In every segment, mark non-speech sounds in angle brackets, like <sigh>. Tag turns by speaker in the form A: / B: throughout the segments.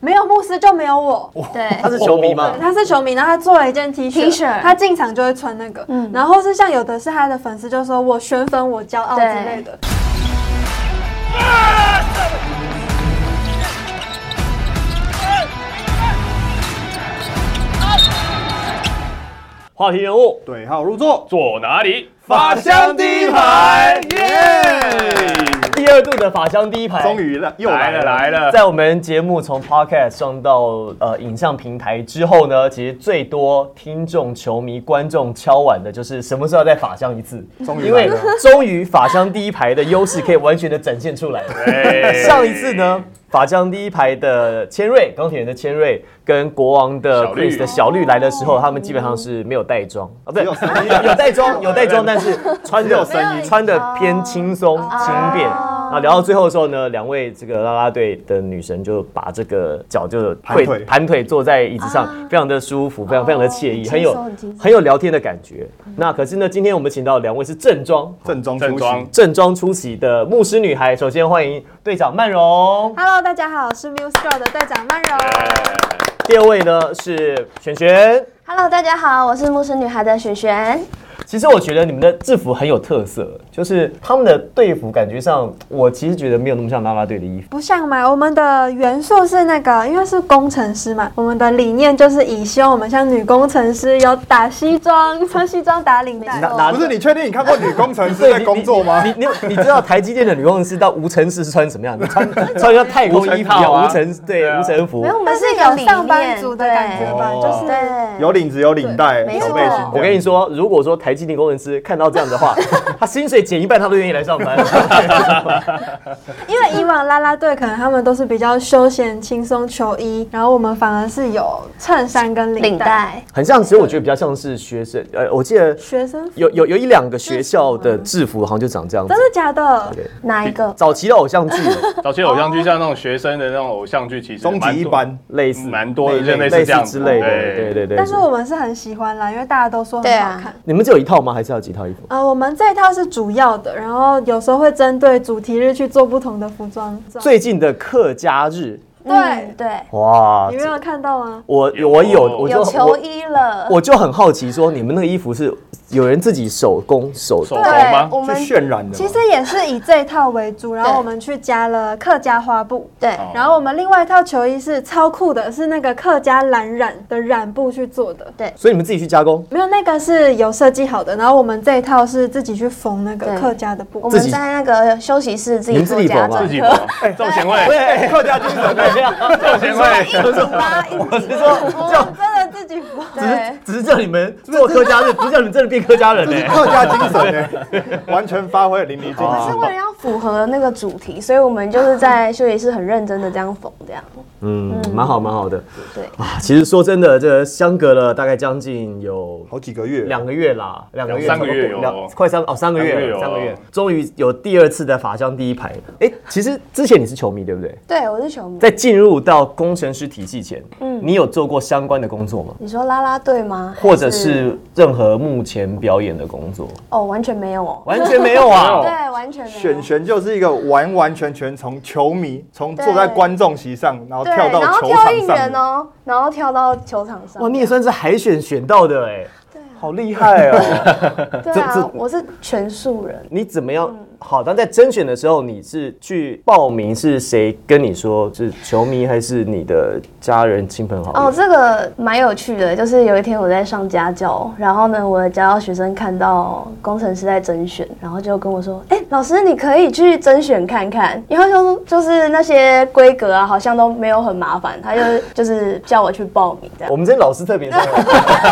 A: 没有牧师就没有我。
B: 对，
C: 他是球迷吗？
A: 他是球迷，然后他做了一件 T
B: T 恤
A: 他进场就会穿那个。
B: 嗯
A: 然后是像有的是他的粉丝就说我选粉我骄傲之类的。
C: <laughs> 话题人物
D: 对号入座，
E: 坐哪里？
D: 法香第一排，耶！
C: 第二度的法香第一排，
D: 终于了，又来
E: 来
D: 了
E: 了来了，
C: 在我们节目从 podcast 上到呃影像平台之后呢，其实最多听众、球迷、观众敲碗的就是什么时候要再法香一次，
D: 终于
C: 因为
D: 来了
C: 终于法香第一排的优势可以完全的展现出
D: <laughs>
C: 来了。
E: 对
C: <laughs> 上一次呢，法香第一排的千瑞，钢铁人的千瑞跟国王的
E: 小绿
C: Chris 的小绿来的时
B: 哦
C: 候，他们基本上是没有带妆啊，不是
D: 只有
C: 有
D: 声
C: <laughs>
D: 音
C: 有带
D: <laughs>
C: 妆，有带妆，但是穿
D: 只
C: 的
D: 有声
B: 音
C: 穿的偏轻松
B: 哦
C: 轻便。啊，聊到最后的时候呢，两位这个啦啦队的女神就把这个脚就跪
D: 盘腿
C: 盘腿坐在椅子上，非常的舒服，非常非常的惬意，
B: 啊哦
C: 很有
B: 很轻松
C: 很有聊天的感觉。那可是呢，今天我们请到两位是正装
D: 正装
E: 正
D: 出
E: 装
D: 席，
C: 正装出席的牧师女孩，首先欢迎队长曼荣，
A: Hello，大家好，我是 Muse Girl 的队长曼柔。
C: 第二位呢是璇璇。
B: Hello，大家好，我是牧师女孩的璇璇。
C: 其实我觉得你们的制服很有特色，就是他们的队服感觉上，我其实觉得没有那么像啦啦队的衣服。
A: 不像嘛，我们的元素是那个，因为是工程师嘛，我们的理念就是以希望我们像女工程师有打西装、穿西装打领带
C: 哪。哪
D: 不是你确定你看过女工程师在工作吗
C: 你？你你你知道台积电的女工程师到无尘室是穿什么样子？
E: <laughs>
C: 穿穿像太空衣服一样，无尘对
E: 对啊
C: 无尘服
B: 没。有，我们
A: 但是
B: 是
A: 有
B: 理
A: 上班
B: 念
A: 族的感觉吧，
D: 对
A: 就是
B: 对，
D: 有领子，有领带，
B: 对没
D: 有
B: 错
D: 背心。
C: 我跟你，说，如果说台积电工程师看到这样的话，他薪水减一半，他都愿意来上班。 <laughs>
A: 因为以往啦啦队可能他们都是比较休闲轻松球衣，然后我们反而是有衬衫跟领
B: 领
A: 带。
B: 带，
C: 很像，其实我觉得比较像是学生。呃，我记得
A: 学生服
C: 有有有一两个学校的制服好像就长这样子
A: 真。的假的？
C: 对
B: 哪一个？
C: 早期的
A: <laughs>
C: 偶像剧
E: 早期偶像剧像那种学生的那种偶像剧，其实
D: 终
E: 蛮
D: 极一
E: 多
D: 班，
C: 类似
E: 蛮多的，就类
C: 类
E: 似
C: 似
E: 这样子
C: 之类的，对。对对。
A: 但是我们是很喜欢啦，因为大家都说很
B: 对
A: 好
B: 啊
A: 看。
C: 你们只有一套吗？还是要几套衣服？
A: 啊、我们这一套是主要的，然后有时候会针对主题日去做不同的服装。
C: 最近的客家日，
A: 对、
B: 嗯对，
C: 哇
A: 你，没有看到吗？
C: 我
E: 有
C: 我有，
E: 哦
C: 我就
B: 有球
C: 我
B: 衣了。
C: 我就很好奇，说你们那个衣服是有人自己手工手
E: 手工吗？
B: 我们
D: 是渲染的
A: 其
D: 吗。
A: 实也是以这一套为主，然后
B: 对
A: 我们去加了客家花布。
B: 对
E: 哦
A: 然后我们另外一套球衣是超酷的，是那个客家蓝染的染布去做的。
C: 所以你们自己去加工，
A: 没有，那个是有设计好的，然后我们这一套是自己去缝那个
B: 对
A: 客家的布
B: 我。
C: 自
B: 们
C: 己
B: 在那个休息室自
C: 你
B: 己
C: 们自
B: 做
C: 己
B: 家
C: 缝啊
B: 政
E: 自己
B: 课，
E: 吧，赵贤惠，
C: 客家精神对，这样
E: 赵贤惠，
B: <laughs> 应景吧，应景。
A: <laughs> 我们真的自己缝。
C: 只是
B: 对，
C: 只是叫你们做客家日，不是叫你们真的变客家人欸
D: 这是
C: 呢。
D: 客家精神呢，完全发挥了淋漓尽
B: 可是
D: 致。
B: 为了要符合那个主题，所以我们就是在休息室很认真的这样缝，这样。
C: 嗯，蛮好蛮好的。
B: 对
C: 啊，其实说真的，这相隔了大概将近有
D: 好几个月，
C: 两个月啦，两个月，
E: 三个月有
C: 两快三哦，三个
E: 三个
C: 月
E: 月有
C: 了，三个月，终于有第二次的法香第一排。哎，其实之前你是球迷对不对？
B: 对，我是球迷。
C: 在进入到工程师体系前，你有做过相关的工作吗？
B: 你说啦啦队吗？
C: 或者是任何目前表演的工作，
B: 哦，完全没有哦。
C: 完全没有啊。
B: <laughs> 对，完全没有。
D: 选璇就是一个完完全全从球迷，从坐在
B: 对
D: 观众席上，然后
B: 对，
D: 哦跳到
B: 然后
D: 球
B: 跳
D: 场
B: 应
D: 上
B: 援
D: 的。
B: 哦，然后跳到球场上。
C: 哇，你也算是海选选到的哎，好厉
E: 哎
C: 害哦！
B: 对
C: 这
B: 啊
C: 这，
B: 我是全素人。
C: 你怎么样？好，但在甄选的时候，你是去报名，是谁跟你说？是球迷还是你的家人、亲朋好
B: 哦，
C: 友？
B: 这个蛮有趣的，就是有一天我在上家教，然后呢，我的家教学生看到工程师在甄选，然后就跟我说：“哎、老师，你可以去甄选看看。”因为就就是那些规格啊，好像都没有很麻烦，他
D: <laughs>
B: 就就是叫我去报名这样
C: 我。们这些老师特别多，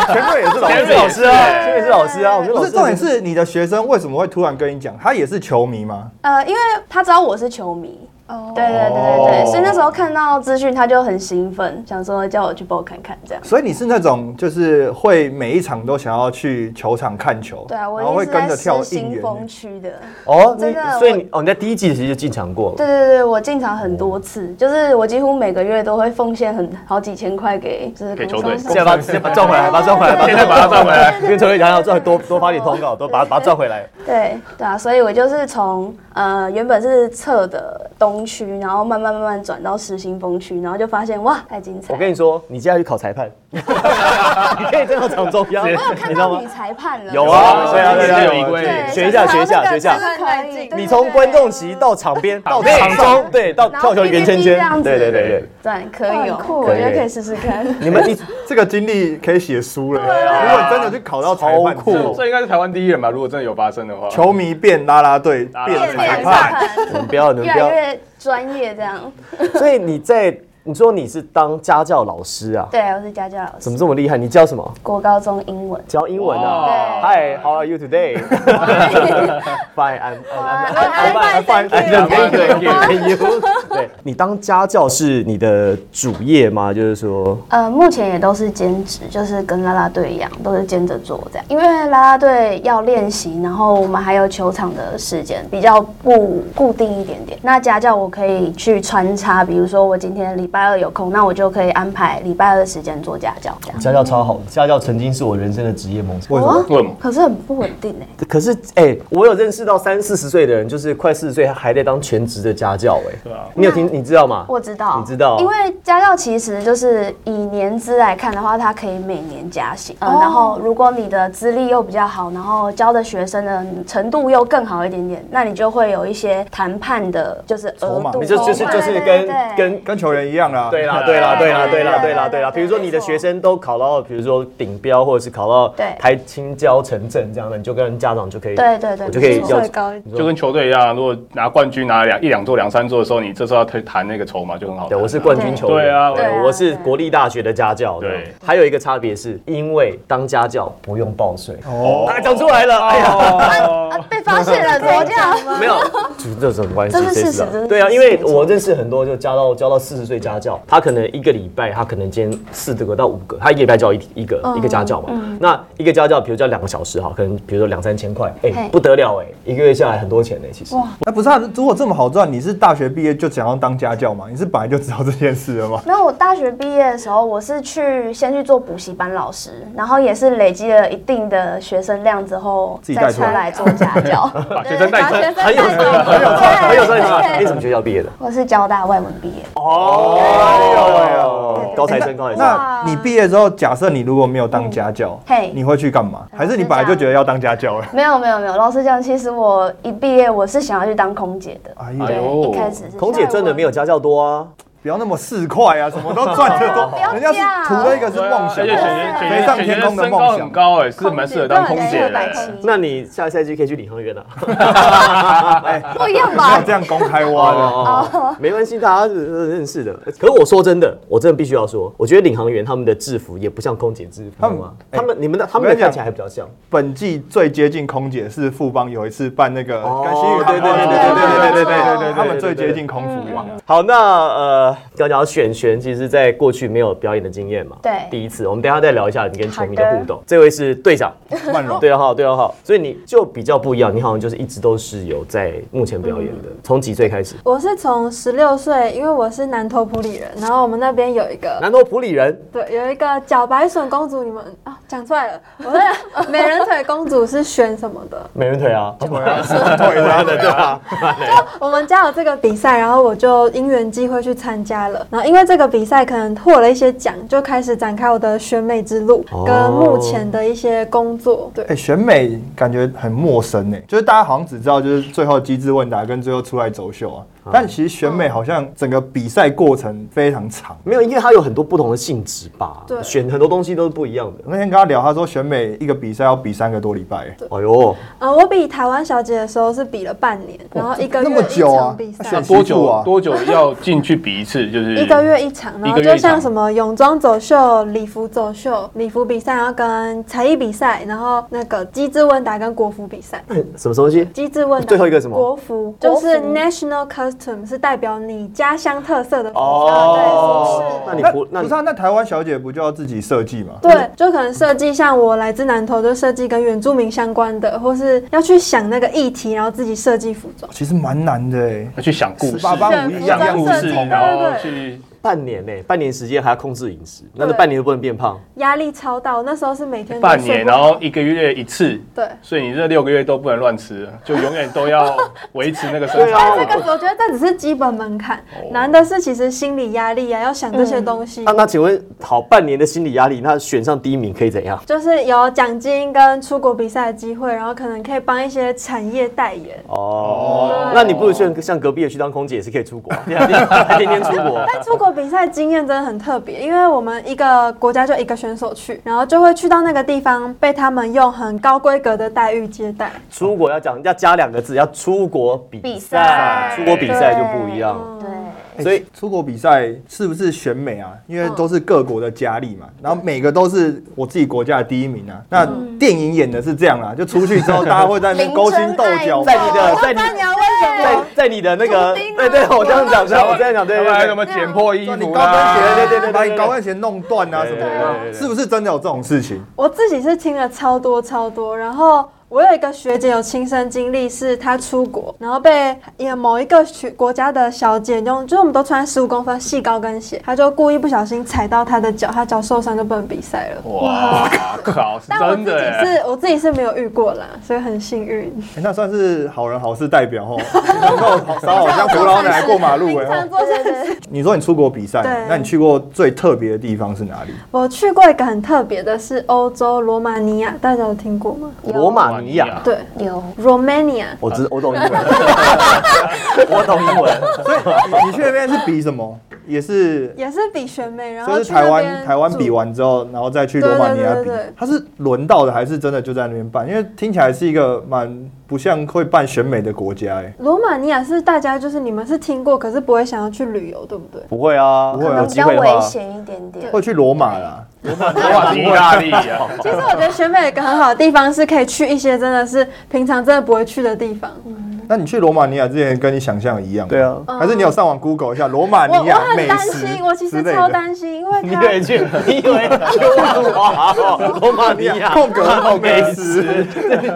D: 全队也是老
E: 全
D: 师
E: 队。
C: 老师啊，这也是老师啊，我们
D: 不
C: 老
D: 是
C: 师
D: 重点是你的学生为什么会突然跟你讲，他也是球迷吗？
B: 呃，因为他知道我是球迷。
A: 哦
B: 对对对对对，
E: 哦
B: 所以那时候看到资讯，他就很兴奋，想说叫我去报看看这样。
D: 所以你是那种就是会每一场都想要去球场看球，
B: 对啊，我
D: 然后
B: 一
D: 会
B: 直
D: 跟
B: 在
D: 着跳
B: 是
D: 应
B: 新
D: 援。
C: 欸
B: 风区的。
C: 哦，你
B: 真的
C: 所以
B: 我
C: 你哦，你在第一季其实就进场过了。
B: 对对对，我进场很多
C: 哦
B: 次，就是我几乎每个月都会奉献很好几千块给就是
E: 给
B: 公
E: 球队
B: 司
C: 现在把现在把它赚回来，把它赚回来，
E: 现在把它赚回来。
C: 跟球队讲要赚多多发点通告，多把它把它赚回来。
B: 对对啊，所以我就是从呃原本是侧的东风区，然后慢慢慢慢转到实心风区，然后就发现哇，太精彩
C: 我
B: 了！
C: 跟你说，你接下来去考裁判，你可以站到场中央，
E: 我
B: 我有
E: 有
C: 你
B: 看
C: 知道
B: 到
C: 吗
B: 女？裁判了，
C: 有啊
E: 对啊，
C: 对
E: 对
C: 啊
E: 啊，
C: 对啊
E: 有一
B: 对
E: 位，
C: 学一下，学一下，学一下。
A: 看内镜
C: 你从观众席到场边到场中，对，到
B: 然后
C: 跳球圆圈
B: PPT 这样
C: 圈，
B: 子
C: 对对对对。
B: 赞，可
A: 哇
B: 以
A: 很
B: 哦，
A: 酷，
C: 可
A: 我
C: 以
A: 觉得可以试试看。
C: 你们一
D: 这个经历可以写书了。
B: 啊
D: 如果你真的去考到裁判
C: 超酷
D: 之后，
E: 这应该是台湾第一人吧？如果真的有发生的话，
D: 球迷变啦啦队变裁判，
C: <laughs> 你们不要，你
B: 越
C: 们不
B: 来
C: 要。
B: 越专业这样。
C: 所以你在你说你是当家教老师啊？
B: 对，我是家教老
C: 怎
B: 师，
C: 么这么厉害？你教什么？
B: 国高中英文。
C: 教英文啊
E: 哇？
B: 哦
C: Hi, how are
B: <laughs>
C: you today? Fine, I'm
B: 啊
C: I'm I'm- I'm
A: Hi,
C: fine, I'm fine,
A: thank
E: you.
C: I'm fine, thank you,
E: Thank
C: thank you. 对你当家教是你的主业吗？就是说，
B: 呃，目前也都是兼职，就是跟啦啦队一样，都是兼着做这样。因为啦啦队要练习，然后我们还有球场的时间比较不固定一点点。那家教我可以去穿插，比如说我今天礼拜二有空，那我就可以安排礼拜二的时间做家教这样。
C: 家教超好，家教曾经是我人生的职业梦想。
D: 为什么？
E: 为什么？
B: 可是很不稳定哎、
C: 可是，哎、我有认识到三四十岁的人，就是快四十岁还在当全职的家教、哎，对
E: 啊
C: 你有听，你知道吗？
B: 我知道，
C: 你知道
B: 因为家教其实就是以年资来看的话，它可以每年加薪。呃，然后如果你的资历又比较好，然后教的学生的程度又更好一点点，那你就会有一些谈判的，就是
D: 筹
B: 额
D: 码
B: 度。哦
C: 你就就是
B: 对
C: 就是
B: 对
C: 跟
B: 对
C: 跟。
D: <laughs> 跟球员一样啦。啊
C: 对啦，对
E: 对
C: 啦，对啦，对啦，
B: 对
C: 对啦，对啦。
B: 对
C: 比如说你的
B: 没错
C: 学生都考到，比如说顶标，或者是考到
B: 对
C: 台青教城镇这样的，你就跟家长就可以，
B: 对对对
C: 我就可以
B: 没错
C: 要
A: 会高一点
E: 就跟球队一样，如果拿冠军拿两一两座两三座的时候，你这时候要谈谈那个筹码就很好谈啊。
C: 对，我是冠军球员。
E: 对啊
B: 对啊
C: 我是国立大学的家教。
E: 对
C: 对，还有一个差别是因为当家教不用报税。
D: 哦，
C: 啊，讲出来了，哎呀，
B: 啊，被发现
C: <laughs>
B: 了，怎么这样？
C: 没有，这这什么关系？
B: 这是
C: 谁
B: 事实
C: 知道
B: 这是事实
C: 对啊，因为我认识很多就教到教到四十岁家教，他可能一个礼拜，他可能兼四个到五个，他一个礼拜教一一个、一个家教嘛。那一个家教，比如教两个小时哈，可能比如说两三千块，哎、
B: 嘿
C: 不得了哎、一个月下来很多钱呢、其实。
D: 那不是啊？如果这么好赚，你是大学毕业就想要当家教吗？你是本来就知道这件事了吗？
B: 没有，我大学毕业的时候，我是去先去做补习班老师，然后也是累积了一定的学生量之后，
D: 自己带
B: 再出
D: 出来
B: 来做家
C: <laughs>
B: 教。
E: 把学生带走。
C: 很有很有很有创意，你什么学校毕业的？
B: 我是交大外文毕业，
C: 哦，哎呦高材生，高材生。
D: 那你毕业之后，假设你如果没有当家教
B: 嗯嘿，
D: 你会去干嘛？还是你本来就觉得要当家教了？
B: 没有没有没有，老实讲，其实我一毕业我是想要去当空姐的，
D: 哎
E: 哎
D: 呀，
E: 呦
B: 对，一开始是
C: 孔姐赚的没有家教多啊，
D: 不要那么市侩啊，什么都赚得
B: 哦不要
D: 多，人家
B: 这样
D: 是图了一个是
E: 对
D: 梦
E: 啊而
D: 想
E: 且，选选
D: 飞上天空的
E: 身高
D: 梦
E: 很
D: 想。
E: 高哎，是蛮适合当空姐的。
C: 那你下赛季可以去领航员啊。
B: <laughs> 不一样
D: 没
B: 吧
D: 有？哎这样公开挖的。
C: 哦哦哦，没关系，大家是认识的。可是我说真的，我真的必须要说，我觉得领航员他们的制服也不像空姐制服，
D: 他
C: 他
D: 们
C: 们
D: 哎
C: 他们你们的他们
D: 我
C: 的
D: 跟你讲
C: 看起来还比较像。
D: 本季最接近空姐是富邦有一次办那个
C: 哦
D: 跟新宇
C: 对对
B: 对
C: 对
B: 对对对对对对
C: 对对
D: 啊他们最接近空服员。啊
C: 好，那呃，刚讲到选璇，其实在过去没有表演的经验嘛，
B: 对
C: 第一次，我们等一下再聊一下你跟球迷的
B: 好的
C: 互动。这位是队长，
B: 嗯
D: 曼荣
C: 对啊号，对啊号，所以你就比较不一样，你好像就是一直都是有在目前表演的，
B: 嗯
C: 从几岁开始？
A: 我是从十六岁，因为我是南投埔里人，然后我们那边有一个，
C: 南投普里人，
A: 对，有一个脚白笋公主，你们啊讲出来了，我的美人腿公主是选什么的？
C: 美人腿啊，
D: 对啊，是腿拉的，对啊，
A: <laughs> 我们家有这个比赛，然后我就因缘机会去参加了，然后因为这个比赛可能获了一些奖，就开始展开我的选美之路
C: 哦，
A: 跟目前的一些工作，对。
D: 哎，选美感觉很陌生呢，就是大家好像只知道就是最后机智问答跟最后出来走秀啊，但其实选美好像整个比赛过程非常长。
C: 没有，因为它有很多不同的性质吧，
A: 对
C: 选很多东西都是不一样的。
D: 我那天跟他聊，他说选美一个比赛要比三个多礼拜，
C: 哎呦，
A: 呃，我比台湾小姐的时候是比了半年，然后一个
D: 那
A: 月
D: 么
A: 一
D: 久啊
A: 场比赛，
D: 那选
E: 多
D: 习俗啊
E: 久多久要进去比一次？就是
A: 一个。月一场，然后
E: 一个月
A: 就
E: 一场
A: 像什么泳装走秀、礼服走秀、礼服比赛，然后跟才艺比赛，然后那个机智问答跟国服比赛。
C: <laughs> 什么东西？
A: 机智问答
C: 最后一个什么
A: 国服就是
B: 国
A: national costume，是代表你家乡特色的服
C: 哦
A: 装。
C: 那
A: 对，
C: 你
D: 那
C: 不
D: 不
C: 那你
D: 是啊？那台湾小姐不就要自己设计吗？
A: 对，就可能设计像我来自南投，就设计跟原住民相关的，或是要去想那个议题，然后自己设计服装。
D: 其实蛮难的哎。
E: 要去想故事，
D: 十八般
A: 武艺样样
E: 故
A: 样
E: 事，
A: 样
E: 然后去
C: 半年呢、半年时间还要控制饮食，那这半年都不能变胖。
A: 压力超大，我那时候是每天都
E: 半
A: 睡
E: 年，
A: 不
E: 然
A: 好
E: 后一个月一次，
A: 对。
E: 所以你这六个月都不能乱吃了，就永远都要维持那个身
C: 对
E: 材。
C: 啊，
A: 这个我觉得这只是基本门槛，
C: 哦
A: 难的是其实心理压力啊，要想这些东西
C: 那，那请问，好半年的心理压力，那选上第一名可以怎样？
A: 就是有奖金跟出国比赛的机会，然后可能可以帮一些产业代言。
C: 哦，那你不如像像隔壁的去当空姐也是可以出 <laughs> 国啊，天天还天天出国。
A: 但出国比赛经验真的很特别，因为我们一个国家就一个选手去，然后就会去到那个地方，被他们用很高规格的待遇接待。
C: 出国要讲要加两个字，要出国比
B: 比
C: 赛
B: 赛，
C: 出国比赛就不一样了。
B: 对，
C: <laughs>
D: 欸
C: 所以
D: 出国比赛是不是选美啊？因为都是各国的佳丽
C: 嗯
D: 嘛，然后每个都是我自己国家的第一名啊。那
C: 嗯
D: 电影演的是这样啊，就出去之后大家会在那边勾心斗
B: 明争
D: 角，
E: <laughs>
C: 在
B: 暗斗
C: 你的在你
A: 那你要问什么？
C: 在在你的那个
B: 图钉啊
C: 对对，我这样讲，
E: 然后
C: 我这样讲，对
E: 他们还
C: 对对。
E: 什么剪破衣
D: 说你
E: 服
D: 高跟鞋，
E: 啦，
C: 对对对对对
D: 把你高跟鞋弄断啊什么
C: 对对对对
D: 的，
C: 对
D: 是不是真的有这种事情？
A: 我自己是听了超多超多，然后我有一个学姐有亲身经历，是她出国，然后被也某一个学国家的小姐用，就是我们都穿十五公分细高跟鞋，她就故意不小心踩到她的脚，她脚受伤就不能比赛了。
E: 哇靠，是
A: <laughs> 但我
E: 真
A: 自己
E: 的欸，
A: 是，我自己是没有遇过啦，所以很幸运。
D: 欸那算是好人好事代表
C: <laughs>
D: 哦，能够少好像扶老奶奶过马路
A: <laughs>
D: 哎。吼
A: 常做善事
D: 你说你出国比赛
A: 对，
D: 那你去过最特别的地方是哪里？
A: 我去过一个很特别的，是欧洲罗马尼亚，大家有听过吗？
C: 罗马尼亚，
A: 对
B: 有
A: ，Romania，
C: 我知我懂英文，我懂英文。 <laughs>
D: 所以你你去那边是比什么？也是
A: 也是比选美，然后
D: 就是
A: 去
D: 台
A: 那
D: 湾
A: 边
D: 台湾比
A: 住
D: 完之后，然后再去
A: 对
D: 罗马
A: 对
D: 尼亚
A: 对
D: 比
A: 对对，
D: 它是轮到的还是真的就在那边办？因为听起来是一个蛮不像会办选美的国家哎。
A: 罗马尼亚是大家就是你们是听过，可是不会想要去旅游，对不
D: <laughs>
A: 对？
C: 不会啊，
D: 不会啊
C: 有
B: 比
C: 机
B: 较
C: 会的
B: 危
C: 话，
B: 险一点点。
D: 会去罗马啦，
E: 哇，意大利啊，
A: 其实我觉得选美有一个很好的地方是可以去一些真的是平常真的不会去的地方。
D: <laughs> 那你去罗马尼亚之前跟你想象的一样吗？
C: 对啊
D: 还是你有上网 Google 一下罗马
A: <laughs> 我
D: 尼
A: 我
D: 亚
A: 很
D: 美
A: 担
D: 食
A: 心，我其
D: 之
A: 实
D: 类
A: 超
D: 的。
A: 担心，因为
C: 你以为
A: 它
C: 去，你以为去哇，罗马尼亚 <laughs>
D: 空格美食
C: 食，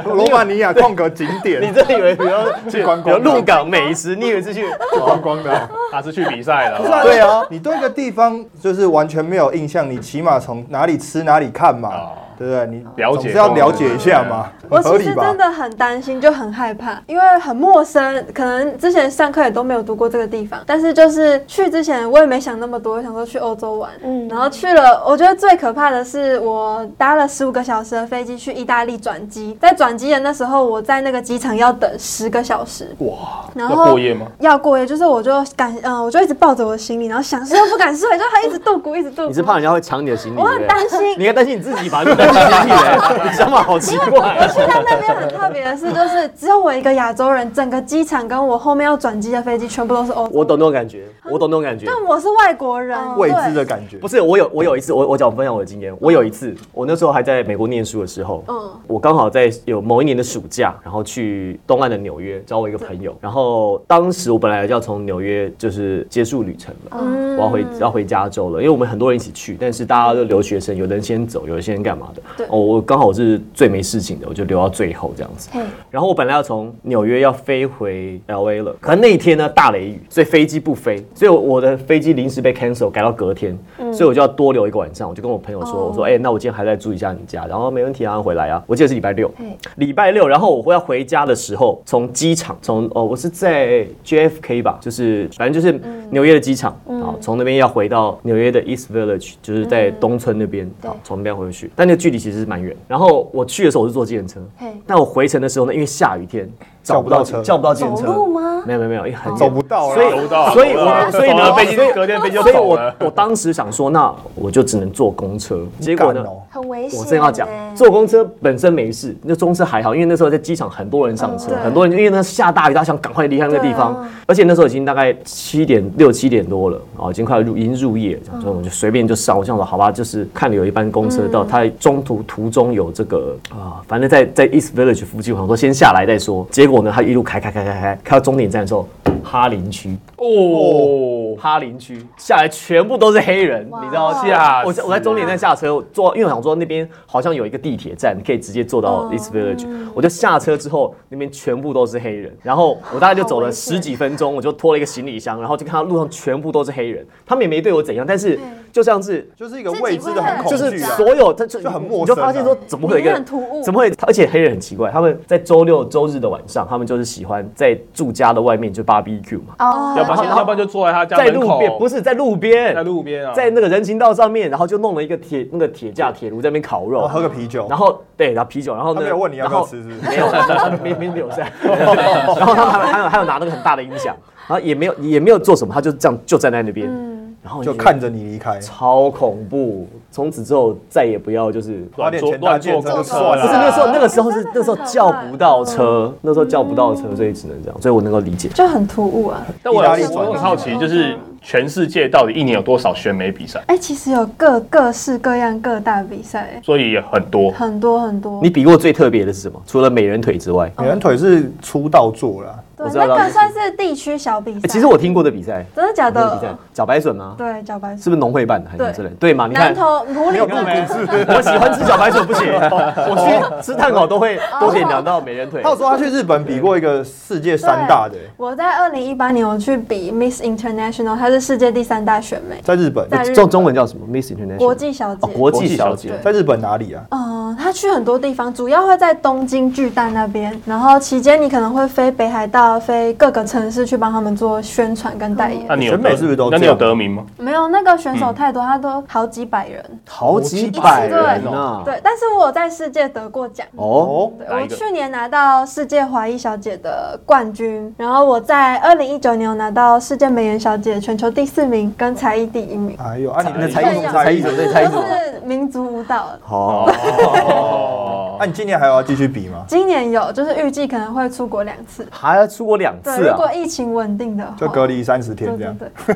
D: 罗马尼亚空格景
C: 你
D: 点，
C: 真以为比如
D: 去观
C: 有
D: 光的
C: 鹿港美食，你以为是去？
D: 观光的哦。
E: 他是去比赛了吧，
D: 对啊，你对一个地方就是完全没有印象，你起码从哪里吃哪里看嘛
E: 哦，
D: 对不对？你
E: 了解
D: 总是要了解一下嘛，
C: 啊
A: 我
D: 很合
A: 其
D: 理
A: 实
D: 吧
A: 真？的很担心，就很害怕，因为很陌生，可能之前上课也都没有读过这个地方。但是就是去之前我也没想那么多，想说去欧洲玩，嗯，
B: 嗯
A: 然后去了，我觉得最可怕的是我搭了十五个小时的飞机去意大利转机，在转机的那时候，我在那个机场要等十个小时，
E: 哇，
A: 然
E: 要
A: 后
E: 过夜吗？
A: 要过夜，就是我就敢，嗯、我就一直抱着我的行李，然后想睡又不敢睡，就还一
C: <laughs>
A: 直度咕，一直度咕。
C: 你是怕人家会抢你的行李？
A: 我很担心。
C: 你应该担心你自己吧，你担心行李嘞？你想法好奇怪。
A: 去到那边很特别的是，就是只有我一个亚洲人，整个机场跟我后面要转机的飞机全部都是欧洲。
C: <laughs> 我懂那种感觉，我懂那种感觉。
A: 但我是外国人，
D: 未知的感觉
C: 不。是我有我有一次，我我讲分享我的经验。我有一次，我那时候还在美国念书的时候，
A: 嗯
C: 我刚好在有某一年的暑假，然后去东岸的纽约找我一个朋
A: 嗯
C: 友。然后当时我本来要从纽约就是结束旅程了，
A: 嗯
C: 我要回要回加州了，因为我们很多人一起去，但是大家都留学生，有的人先走，有的人先干嘛的。
A: 对
C: 哦，我刚好是最没事情的，我就留到最后这样子。
B: 嘿，
C: 然后我本来要从纽约要飞回 L A 了，可那一天呢大雷雨，所以飞机不飞，所以我的飞机临时被 cancel 改到隔天，所以我就要多留一个晚上。我就跟我朋友说，我说哎、那我今天还在住一下你家，然后没问题啊，回来啊。我记得是礼拜六
B: 嘿，
C: 礼拜六，然后我要回家的时候，从机场从哦我是在 J F K 吧，就是反正就是
B: 嗯
C: 纽约的机场啊，从那边要回到纽约的 East Village，就是在
B: 嗯
C: 东村那边啊，从那边回去，但那个距离其实是蛮远。然后我去的时候我是坐计程车
B: 嘿，
C: 但我回程的时候呢，因为下雨天
D: 叫不到车
C: 叫不到计程
B: 走
C: 车，
B: 路吗？
C: 没有没有没有，因为很远
D: 走不到啦，啊
C: 所以
E: 走不到
C: 所以
E: 走不到
C: 我所以
E: 走
C: 呢
E: 了飞机
C: 所以
E: 隔天飞机就
C: 所以
E: 走
C: 我
E: 了
C: 我当时想说，那我就只能坐公车，结果呢
D: 干？哦
B: 很危险。
C: 我正要讲，
B: 欸
C: 坐公车本身没事，那中车还好，因为那时候在机场很多人上车，
A: 对
C: 很多人因为那下大雨，他想赶快离开那个地方，而且那时候已经大概七点六七点多了，啊，已经快入已经入夜，这样所以我就随便就上，我想说好吧，就是看有一班公车到，它中途途中有这个啊，反正在在 East Village 附近，我想说先下来再说，结果呢，他一路开开开开开，开到终点站的时候，哈林区。
E: 哦，
C: 哈林区下来，全部都是黑人，
B: 哇
C: 你知道吗？
E: 吓
C: 我在我在终点站下车，我坐，因为我想说那边好像有一个地铁站，你可以直接坐
A: 哦
C: 到 East Village，、我
A: 嗯
C: 就下车之后，那边全部都是黑人，然后我大概就走了十几分钟，我就拖了一个行李箱，然后就看到路上全部都是黑人，他们也没对我怎样，但是就像是。
D: 就是一个未知的很恐
C: 就
D: 惧、啊，
C: 是所有，他就
D: 就很
C: 你
D: 陌
C: 就
D: 生啊
C: 发现说怎么会有一
A: 你
C: 个
A: 很突兀
C: 怎么会？而且黑人很奇怪，他们在周六周日的晚上，他们就是喜欢在住家的外面就 barbecue 嘛，
B: 哦
E: 要不然要不然就坐在他家
C: 在
E: 门
C: 路边
E: 口，
C: 不是在路边，
E: 在路边啊，
C: 在那个人行道上面，然后就弄了一个铁那个铁架铁炉在那边烤肉，
D: 然后哦喝个啤酒，
C: 然后对，然后啤酒，然后呢？
D: 他没有问你要不
C: 然
D: 要
C: 后
D: 吃是不是
C: 没有，他没没没有
D: <laughs>
C: 在。然后他们还还有还有拿那个很大的音响，然后也没有也没有做什么，他就这样就站在那边，
A: 嗯
C: 然后
D: 就
C: 觉得
D: 看着你离开，
C: 超恐怖。从此之后再也不要就是，
D: 花点钱搭电车就
E: 不
D: 算
E: 是
C: 不是
D: 了。
C: 那个啊时候那个时候是
A: 真的很嗯
C: 那时候叫不到车，那时候叫不到车，所以只能这样，所以我能够理解。
A: 就很突兀啊。
E: 但我
D: 意大利
E: 我很好奇，就是全世界到底一年有多少选美比赛？
A: 哎、其实有各各式各样各大比赛，
E: 所以也很
D: 嗯
E: 多。
A: 很多很多。
C: 你比过最特别的是什么？除了美人腿之
A: 哦
C: 外，
D: 美人腿是出道做啦，
A: 对
C: 我，知道
A: 那
C: 了
A: 个算是地区小比赛。
C: 欸其实我听过的比赛，
A: 真的假
C: 我听过的比赛
A: 的？
C: 小白笋吗？
A: 对，茭白
C: 是
A: 笋。
C: 不是农会办的还是什么之类的？对嘛？你看
A: 南，投普里
C: 没
A: 镇，
C: <laughs> 我喜欢吃小白笋
A: <laughs>
C: 不行，我去吃炭烤都会多点两道美人腿
D: 他。
A: 哦
D: 有说他去日本比过一个世界三大的、欸
A: 我在二零一八年我去比 Miss International，它是世界第三大选美，
D: 在日本，
A: 在日
C: 中中文叫什么？Miss International
A: 国际小姐
C: 哦，。国际小姐
A: 国际小姐
D: 在日本哪里啊？
A: 嗯，他去很多地方，主要会在东京巨蛋那边，然后期间你可能会飞北海道、飞各个城市去帮他们做宣传跟代言。
E: 那你有
D: 选美
E: 得
D: 是不是都
E: 那你
D: 这
E: 有
D: 样
E: 得名吗？
A: 没有那个选手太多，他都好几百人。
C: 好几百人呐。
A: 对，但是我有在世界得过奖。
C: 嗯哦，
A: 对
E: 哪
A: 我
E: 一个
A: 去年拿到世界华裔小姐的冠军，然后我在二零一九年有拿到世界美颜小姐全球第四名，跟才艺第一名，
D: 哎呦，啊你的
E: 才
D: 才艺怎么才艺怎么？
C: 对才艺
A: 都
C: 怎么？
A: 是民族舞蹈。
C: 好，
E: 哦，
D: 那、啊你今年还要继续比吗？
A: 今年有，就是预计可能会出国两次。
C: 还要出国两
A: 对，
C: 次
A: 如
C: 啊？
A: 果疫情稳定的话，
D: 就隔离三十天
A: 对
D: 这
A: 对
D: 样。
A: 对，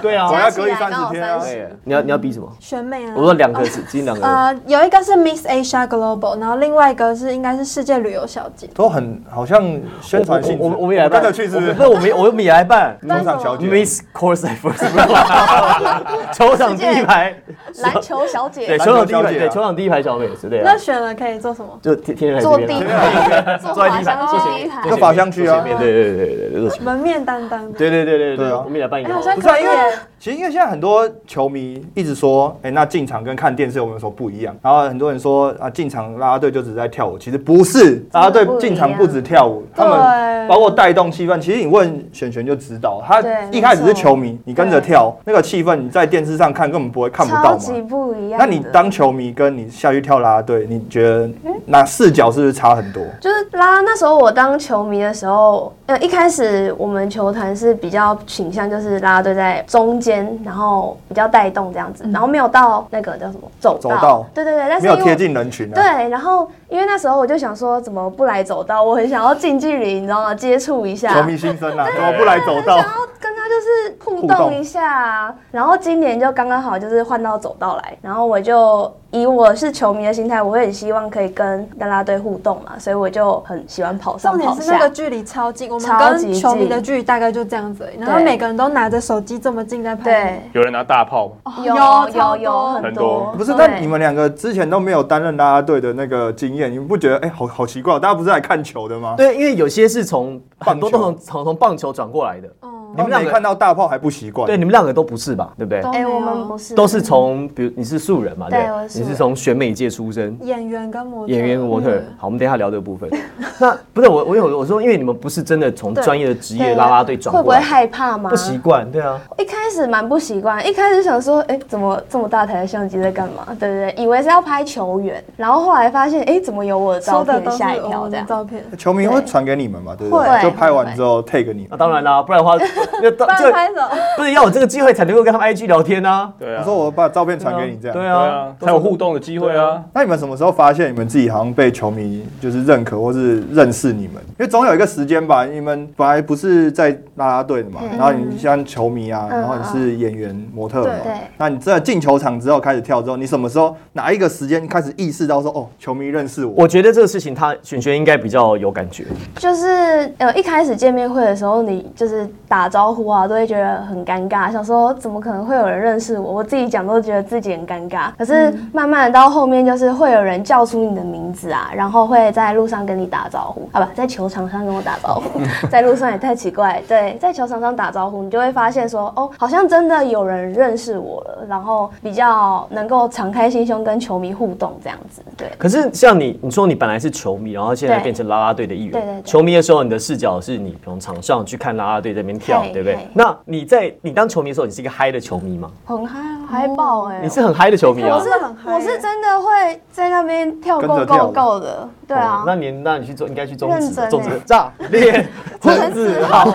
C: 对啊
D: 我
B: 加
D: 要
B: 起
D: 隔离
B: 来
D: 三
B: 刚
D: 十
B: 好
D: 天啊
B: 三十。
C: 对你要你要比什么？
A: 选美啊。
C: 我说两个字，今天两个
A: 呃，有一个是 Miss Asia Global，然后另外一个是应该是世界旅游小姐。
D: 都很好像宣传性质，
C: 我我我们也来
D: 跟
C: 办，
D: 着去是不是？
C: 那我们我们也来办。
D: 农场小姐
C: Miss Course at First Row，球 <laughs> 场第一排，
B: 篮球小
C: 对，
B: 姐
C: 球场第一
D: 篮球小
C: 排，
D: 姐啊
C: 对，球场第一排小美是对啊
A: 那，选了可以做什么？
C: 就天天人
B: 坐
C: 这
B: 地
C: 边啊
B: 毯，坐
C: 坐在
B: 滑
C: 地板
B: 翔
C: 坐前
B: 机
C: 面
B: 地毯
D: 就，法香区啊
C: 前，面对对对对对对
A: 门面担当的。
C: 对对对对
D: 对啊
C: 我们也来办一
A: 哎，
C: 个
A: 好。像
D: 不是啊
A: 可以
D: 因为
A: 耶。
D: 其实因为现在很多球迷一直说，哎、那进场跟看电视有没有什么不一样？然后很多人说啊，进场啦啦队就只是在跳舞，其实不是，啦啦队进场不止跳舞，他们
A: 对
D: 包括带动气氛。其实你问璇璇就知道，他
B: 对
D: 一开始是
B: 没错
D: 球迷，你跟着跳，那个气氛你在电视上看根本不会看不到
B: 超级
D: 嘛。
B: 不一样的。
D: 那你当球迷跟你下去跳啦啦队，你觉得
B: 嗯
D: 那视角是不是差很多？
B: 就是啦，那时候我当球迷的时候，呃，一开始我们球坛是比较倾向就是啦啦队在中间，然后比较带动这样子，然后没有到那个叫什么走道，
D: 嗯走道
B: 对对对，但是
D: 没
B: 因
D: 有
B: 为
D: 贴近人群啊？
B: 对，然后因为那时候我就想说，怎么不来走道？我很想要近距离，你知道吗？接触一下，
D: 球迷心声啊，怎么不来走道？
B: 然后跟他哦就是互
D: 互
B: 动
D: 动
B: 一下啊，然后今年就刚刚好就是换到走道来，然后我就以我是球迷的心态，我会很希望可以跟啦啦队互动嘛，所以我就很喜欢跑上
A: 重点
B: 跑
A: 是那个
B: 下。
A: 距离超近，我们
B: 超级
A: 跟
B: 近
A: 球迷的距离大概就这样子而已，然后
B: 对
A: 每个人都拿着手机这么近在拍。
B: 对，
E: 有人拿大炮吗？
B: 哦有
A: 有
B: 有
A: 超
B: 有
A: 多
B: 很
E: 很多
B: 多，
D: 不是，那
B: 对
D: 你们两个之前都没有担任啦啦队的那个经验，你们不觉得哎、好好奇怪哦？大家不是来看球的吗？
C: 对，因为有些是从
D: 棒
C: 很
D: 球
C: 多都从从从棒球转过来的，
A: 哦，
D: 你们两个看到大炮还不习惯？
C: 对，你们两个都不是吧？对不对
A: 都？没
B: 哎，
A: 有
B: 我们不是
C: 都是从比如你是素人嘛，
B: 对
C: 对不
B: 我是素
C: 对，
B: 人
C: 你是从选美界出身，
A: 演员跟模特，
C: 演员模特儿
A: 嗯。
C: 好，我们等一下聊这个部分。那不是我，我有我说，因为你们不是真的从
B: 对
C: 专业的职业
B: 对
C: 啦啦队转
B: 会不
C: 过
B: 会
C: 来，
B: 害怕吗？
C: 不习惯，对啊。
B: 一开始蛮不习惯，一开始想说，哎、怎么这么大台的相机在干嘛？对对对，以为是要拍球员，然后后来发现，哎、怎么有我的
A: 说
B: 照
A: 的
B: 片？
A: 都是
B: 吓一
A: 我
B: 跳，
A: 们
B: 这
A: 的
B: 样。
A: 照片，
D: 球迷会传给你们嘛？对不
B: 会
D: 对？就拍完之后 take 你
C: 那。当然啦，不然的话，那
A: 不然
C: 这
A: 拍手。
C: 不是要有这个机会才能够跟他们 IG 聊天啊。
E: 对啊，
D: 我说我把照片传给你这样。
C: 对
E: 对啊
C: 啊，，
E: 才有互动的机会啊。
D: 那你们什么时候发现你们自己好像被球迷就是认可或是认识你们？因为总有一个时间吧，你们本来不是在啦啦队的嘛，
A: 嗯
D: 然后你像球迷啊，
B: 嗯
D: 然后你是演员、模特
A: 嗯
D: 嘛
B: 对，
D: 那你真的进球场之后开始跳之后，你什么时候哪一个时间开始意识到说哦，球迷认识我？
C: 我觉得这个事情他璇璇应该比较有感觉，
B: 就是呃，一开始见面会的时候，你就是打招呼啊，都会觉得很尴尬，想说怎么可能会有人认识我？我自己讲都觉得自己很尴尬。可是慢慢的到后面，就是会有人叫出你的名字啊，然后会在路上跟你打招呼，啊不，在球场上跟我打招呼，在路上也太奇怪。对，在球场上打招呼，你就会发现说，哦，好像真的有人认识我了，然后比较能够敞开心胸跟球迷互动这样子。对，
C: 可是像你，你说你本来是球迷，然后现在
B: 对
C: 变成啦啦队的一员。
B: 对对对
C: 球迷的时候，你的视角是你从场上去看啦啦队这边跳，
B: 嘿
C: 对不对
B: 嘿？
C: 那你在你当球迷的时候，你是一个嗨的球迷吗？
B: 很嗨啊，嗨爆哎、
C: 你是很嗨的球迷啊
B: 我。是
A: 真的很嗨
B: 我是真的会在那边跳
D: 跟
B: 够
D: 着跳
B: 够
D: 舞
B: 够的，对
C: 哦
B: 啊。
C: 那你那你去做，应该去中
B: 认
C: 职 <laughs>
B: 真，欸
C: 中职炸裂，
B: 陈子豪，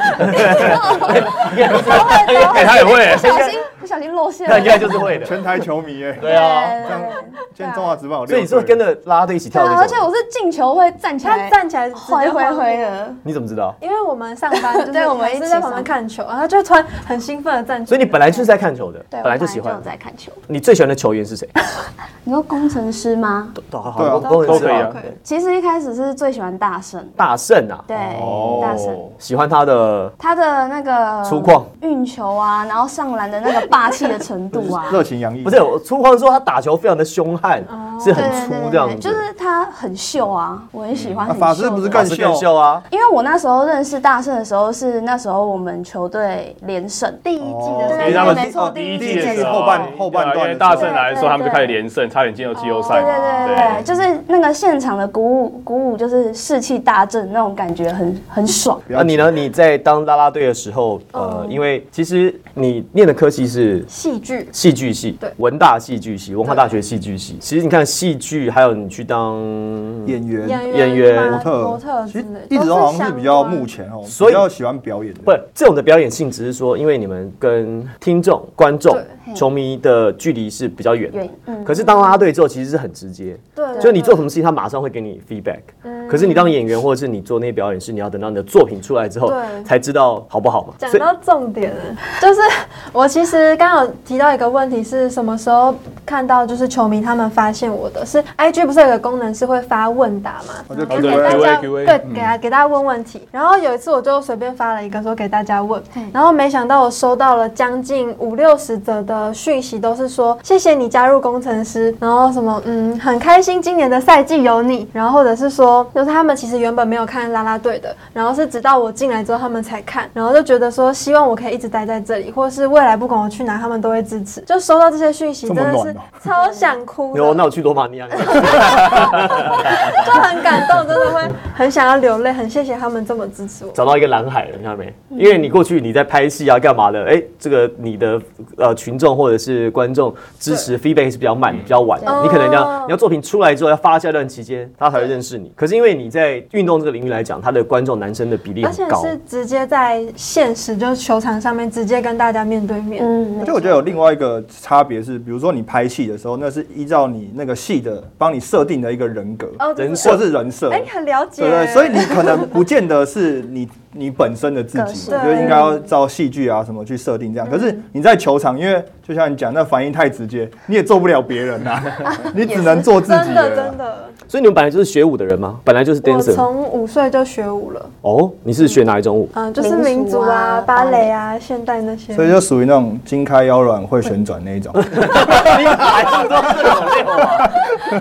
B: <laughs>
E: 哎，他也会，
B: 不小心不小心露馅
D: 啊
C: 那
B: 了。
C: 应该就是
D: <laughs>
C: 会的。
D: 全台球迷哎，
C: 对啊，
B: 对对
D: 今天中华职棒有六
C: 所以你是会
D: 队
C: 跟着啦啦队一起
B: 对
C: 跳的
B: 啊，
C: 那
B: 而且
C: 种。
B: 我是进球会站起
A: 他
B: 来，
A: 站起来直接
B: 挥挥
A: 晃
B: 挥的。
C: 你怎么知道？
A: 因为我们上
B: <laughs>
A: 班就是
B: 对我们
A: 还
B: 一起
A: 是在旁边
B: 上
A: 看球，然后他就突然很兴奋的站起
C: 所以
A: 来。
C: 你本来就是在看球的，
B: 对，
C: 本
B: 我
C: 来就喜欢
B: 有。在看球。
C: 你最喜欢的球员是谁？
B: 你说工程师吗？
C: 都好
D: 对啊
C: 好，工程
E: 都
C: 师
E: 可以
C: 吧
E: 啊。
B: 其实一开始是最喜欢大圣，
C: 大圣啊，
B: 对，
E: 哦
B: 大圣。
C: 喜欢他的
B: 他的那个
C: 粗犷
B: 运球啊，然后上篮的那个霸气的程度
D: <laughs>
B: 啊，
D: 热情洋溢，
C: 不是我粗犷是说他打球非常的凶悍，
E: 哦
C: 是很粗这样子。
B: 就是他很秀啊，我很喜欢
D: 啊
B: 很秀的。
D: 法师不是
C: 老师
D: 更
C: 更
D: 秀
C: 秀啊，
B: 因为我那时候认识大圣的时候，是那时候我们球队连胜，
A: 第一季的时候
E: 哦因为他们
A: 没错，
E: 第一
D: 啊哦第一
E: 季
D: 季
E: 的时候
D: 后半后半段的时
E: 对啊因为
D: 候
E: 大胜来
B: 对对
E: 说，他们就开始连胜，差点进入季后赛
B: 对
E: 嘛。
B: 哦对对对，就是那个现场的鼓舞鼓舞，就是士气大振那种感觉很，很爽。
D: 不
C: 那
D: 要
C: 呃你
D: 紧
C: 呢？你在当啦啦队的时候，呃，
E: 哦
C: 因为其实你念的科系是
A: 戏剧
C: 戏剧系，
A: 对
C: 文大戏剧系，文化大学戏剧系。其实你看戏剧，还有你去当，
D: 演员。
A: 演
C: 演员
A: 模
D: 模特，
A: 模特
D: 其
A: 之
D: 实
A: 类，
D: 一直都好像是比较
A: 目
D: 目
A: 前。
D: 前哦，
C: 所以
D: 比较喜欢表演的。
C: 不，这种的表演性只是说，因为你们跟听众、观众
A: 对、
B: 嘿
C: 球迷的距离是比较远的
B: 远嗯。
C: 可是当啦啦队之后，其实是很直接。
A: 对，
C: 就你做什么事情，他马上会给你 feedback。
A: 嗯
C: 可是你当演员或者是你做那些表演是你要等到你的作品出来之后
A: 对
C: 才知道好不好嘛。
A: 讲
C: 所以
A: 到重点了，就是我其实刚刚有提到一个问题，是什么时候看到就是球迷他们发现我的？是 IG 不是有个功能是会发问答吗？
D: 我就
E: 哦
A: 给
E: 对
A: 大
E: Q&A
A: 家
E: Q&A
A: 对
D: 嗯
A: 给大给大家问问题。然后有一次我就随便发了一个说给大家问
B: 嘿，
A: 然后没想到我收到了将近五六十则的讯息，都是说谢谢你加入工程师，然后什么嗯很开心今年的赛季有你，然后或者是说就是他们其实原本没有看啦啦队的，然后是直到我进来之后他们才看，然后就觉得说希望我可以一直待在这里，或是未来不管我去哪他们都会支持。就收到这些讯息
D: 这
A: 真
D: 么
A: 的是
D: 暖哦
A: 超想哭的。
C: 有那我去罗马尼亚，
A: 就很感动，真的会很想要流泪，很谢谢他们这么支持我。
C: 找到一个蓝海了，你看到没？因为你过去你在拍戏啊，干嘛的？哎，这个你的呃群众或者是观众支持 feedback 是比较慢，比较晚
A: 对。
C: 你可能
A: 哦
C: 要你要作品出来之后要发酵一段期间，他才会认识你。可是因为你在运动这个领域来讲，他的观众男生的比例
A: 而且
C: 很高。
A: 是直接在现实，就是球场上面直接跟大家面对面。
B: 嗯，
D: 就我觉得有另外一个差别是，比如说你拍戏的时候，那是依照你那个戏的帮你设定的一个人格，
A: 哦，就是
C: 人设
D: 或是人设，
A: 哎，你很了解。
D: 对对，所以你可能不见得是你你本身的自
B: 个
D: 己，
B: 性
D: 我觉得应该要照戏剧啊什么去设定这样。可是你在球场，因为就像你讲，那反应太直接，你也做不了别人呐，你只能做自己
A: 真的
D: 了
A: 真
D: 啦。
A: 的，
C: 所以你们本来就是学舞的人吗？本来就是
A: 我
C: dancer
A: 从五岁就学舞了，
C: 哦？你是学哪一种舞？
A: 嗯，就是民族啊、
B: 民族啊
A: 芭蕾啊、现代那些。
D: 所以就属于那种筋开腰软会旋转那一种，
C: 你哪是都这种六啊？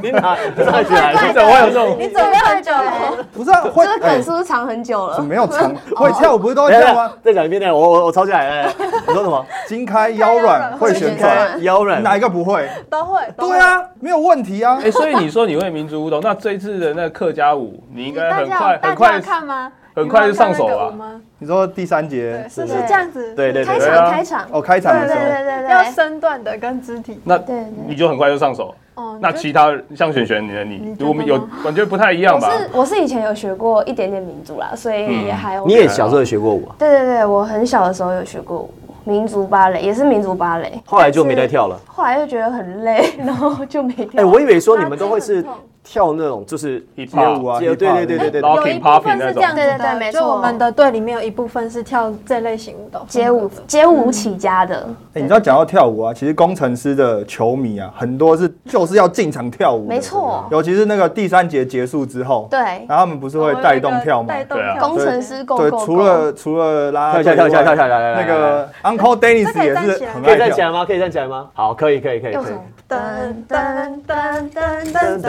C: 你哪哪学来
E: 哎
C: 的？你怎么会有
B: <laughs>
C: 这种？
A: 你准备很久了，
D: 不是啊，会
B: 这个梗是不是藏很久了？
D: 没有长会跳舞不是都会
C: 等一
D: 这
C: 下 <laughs>
D: 样吗？？
C: 再讲一遍，再讲我我我抄起来。哎你说什么？
D: 筋开腰软会旋转，
C: 开腰软。
D: 哪一个不会？
A: 都会。都会
D: 对，啊，没有问题啊
E: 哎、。所以你说你会民族舞蹈，那这一次的那个客家舞，你应该
A: 大
E: 很
A: 家
E: 快
A: 有
E: 很
A: 大
E: 快
A: 家有看吗？
E: 很快就上手
A: 你们有看那个
E: 了
A: 舞吗？
D: 你说第三节
A: 对，是不
D: 不
A: 是这样子？
C: 对对
B: 开
C: 对
E: 对
B: 场
E: 啊
B: 开场，
D: 哦，开场
B: 对
D: 的时
B: 对
D: 候，
B: 对对
A: 要
B: 对，
A: 身段的跟肢体。
E: 那
B: 对对
E: 你就很快就上手。
A: 哦
E: 那其他像璇璇你的你，
A: 觉得
E: 我们有
A: 呢
E: 感觉不太一样
B: 我
E: 吧？
B: 是我是以前有学过一点点民族啦，所以
E: 嗯
B: 也还 OK
C: 你也小时候也学过舞啊？
B: 对对对，我很小的时候有学过舞民族芭蕾，也是民族芭蕾，
C: 后来就没再跳了。
B: 后来又觉得很累，然后就没跳。 <laughs>
C: 哎，我以为说你们都会是
B: 啊
A: 他真的很痛
C: 跳那种就是
E: 一
D: 街舞啊
C: 街
D: 一
C: 对
D: 趴
C: 对对对对 <laughs>
E: 然后
C: 对，
E: Locking
F: 有一部分
E: popping 那
F: 是这
E: 种
F: 样子
B: 对对对
F: 的，
B: 没
A: 啊就我
B: 错
A: 们的队里面有一部分是跳这类型舞的
B: 街舞
A: 风格的
B: 街舞起家的，
D: 哎，你知道讲到跳舞啊，其实工程师的球迷啊，很多是就是要进场跳舞的，啊
B: 没错
D: 尤其是那个第三节结束之后，
B: 对，
D: 然后他们不是会带动跳吗
A: 带？动
E: 对啊
A: 跳
B: 工程师够
D: 对
B: 够，
D: 除了除了拉
C: 跳一下
D: 队以外
C: 跳一下跳一下来来
D: 那个 Uncle Dennis 也
A: 这可以站起
D: 是
A: 来
D: 很
C: 可以
D: 爱
C: 站起
D: 跳。
C: 来吗？可以站起来吗？哎好，可以可以可以
B: 用
C: 可
B: 什
C: 以
B: 么。？
A: 噔噔噔噔噔
C: 噔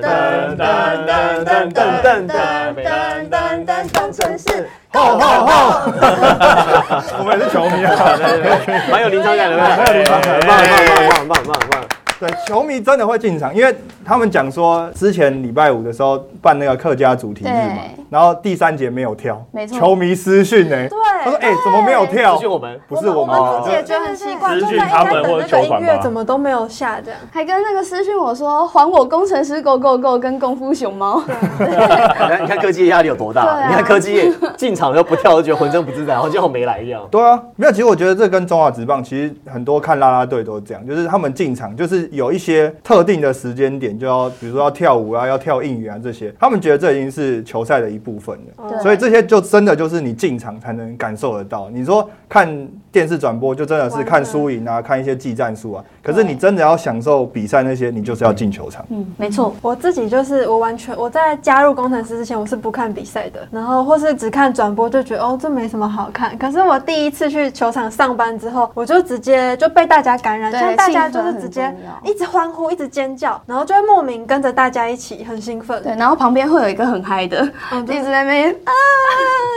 A: 噔噔噔噔噔噔噔
C: 噔噔噔噔噔噔噔
A: 噔
C: 噔
A: 噔噔工程师，
D: 吼吼吼！我们也是球
C: <laughs>
D: 迷啊，
C: 蛮有临场感的，
B: 啊
C: 蛮有临场感，棒棒棒棒棒棒棒！
D: 对，球迷真的会进场，因为他们讲说之前礼拜五的时候办那个客家主题日嘛
B: 对，
D: 然后第三节没有跳，
B: 没错
D: 球迷私讯呢、他说
A: 对，
D: 哎、怎么没有跳
C: 私？讯我们，
D: 不是我
A: 我
D: 们，
A: 们自己
D: 哦
A: 也觉得很奇怪，
E: 对
A: 就
E: 对
A: 在在
E: 对
A: 等
E: 资讯他们或
A: 那
E: 者
A: 个
E: 球
A: 音
E: 团
A: 乐
E: 吧
A: 怎么都没有下这样。
B: 还跟那个私讯我说还我工程师狗狗狗跟功夫熊猫，
C: 你啊看你看科技业压力有多
B: 对啊
C: 大？你看科技 <laughs> 业进场都不跳，就觉得浑身不自在，好像我没来一样。
D: 对啊，没有。其实我觉得这跟中华职棒其实很多看啦啦队都是这样，就是他们进场就是有一些特定的时间点就要，比如说要跳舞啊，要跳应援啊这些，他们觉得这已经是球赛的一部分了。
B: 对
D: 所以这些就真的就是你进场才能感受得到。你说看电视转播就真的是看输赢啊，看一些技战术啊，可是你真的要享受比赛那些，你就是要进球场。
B: 嗯，没错，
A: 我自己就是我完全我在加入工程师之前，我是不看比赛的，然后或是只看转播，就觉得哦这没什么好看。可是我第一次去球场上班之后，我就直接就被大家感染，
B: 对
A: 像大家就是
B: 兴奋很
A: 直接
B: 重要
A: 一直欢呼，一直尖叫，然后就会莫名跟着大家一起很兴奋。
B: 对，然后旁边会有一个很嗨的，
A: 嗯对
B: 一直在那边啊，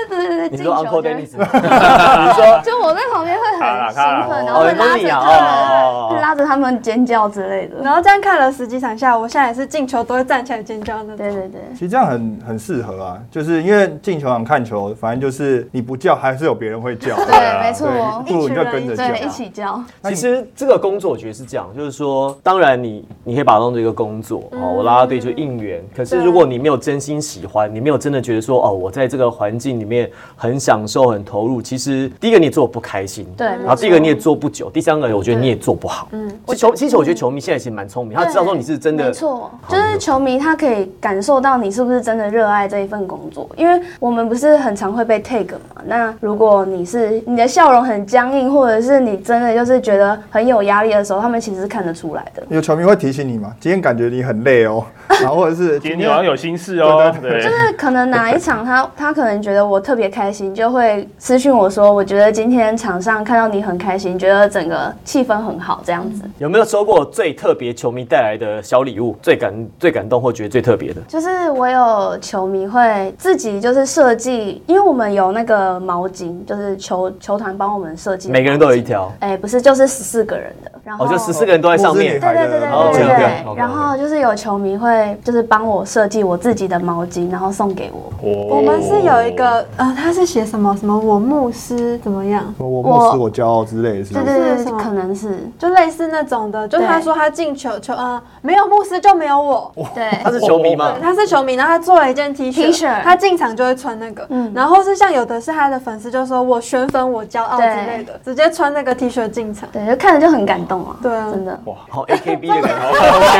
B: 对对对，
C: 你
B: 进
C: 说
B: 球
C: Uncle
B: 就会
C: Dennis，你
B: <laughs>
C: 说
B: 就我在旁边会很兴奋，然后
C: 哦，
B: 会
C: 你
B: 拉
C: 说
B: 着
C: 你啊，
B: 他
C: 哦
B: 们，
C: 哦
B: 会
C: 哦
B: 拉着他们尖叫之类的。
A: 然后这样看了十几场下，我现在也是进球都会站起来尖叫那
B: 对
A: 种。
B: 对对，
D: 其实这样很很适合啊，就是因为进球场看球，反正就是你不叫，还是有别人会叫。啊
B: 对，没错
D: 对，
C: 啊
B: 哦，
D: 不如你就跟着叫。
B: 对，一起叫，
D: 那
C: 其
D: 你
C: 实这个工作我觉得是这样，就是说，当然你你可以把它当做一个工作哦，我啦啦队就应援。可是
A: 对
C: 如果你没有真心喜欢，你没有真的觉得说哦，我在这个环境里面很享受、很投入，其实第一个你也做得不开心，
B: 对没
C: 然后第一个你也做不久，第三个我觉得你也做不好。
A: 嗯
C: 嗯，其实球其实我觉得球迷现在其实蛮聪明，他知道说你是真的
B: 没错，就是球迷他可以感受到你是不是真的热爱这一份工作，因为我们不是很常会被 take 嘛。那如果你是你的笑容很僵硬，或者是你真的就是觉得很有压力的时候，他们其实是看得出来的。
D: 有球迷会提醒你嘛？今天感觉你很
B: <laughs>
D: 累哦，然后或者是
E: 今天好像有心事哦，对，
B: 就是可能哪一场他他可能觉得我特别开心，就会私讯我说，我觉得今天场上看到你很开心，觉得整个气氛很好这样子。
A: 嗯
C: 有没有收过最特别球迷带来的小礼物，最感最感动或觉得最特别的？
B: 就是我有球迷会自己就是设计，因为我们有那个毛巾，就是球球团帮我们设计的毛巾，
C: 每个人都有一条，
B: 哎、不是，就是十四个人的，然后、
C: 哦，就十四个人哦都在上
B: 对
C: 面。
B: 对对对对对
C: OK，OK，OK，OK
B: 对，然后就是有球迷会就是帮我设计我自己的毛巾，然后送给我。
E: 我
A: 我们是有一个，呃，他是写什么什么我牧师怎么样，
D: 我牧师我骄傲之类的，是不
B: 对
D: 是？
A: 哦
B: 对
A: 是
B: 对
A: 什么
B: 对，可能是
A: 就类似那种的，就
B: 对
A: 他说他进球球，呃，没有牧师就没有我，
B: 对，
C: 他是球迷吗
A: 对，？他是球迷，然后他做了一件 T
B: T 恤
A: 他进场就会穿那个，
B: 嗯
A: 然后是像有的是他的粉丝就说我选粉我骄傲之类的，直接穿那个 T 恤进场，
B: 对，就看着就很感动啊。
A: 对啊
B: 真的。
C: 好 AKB 的感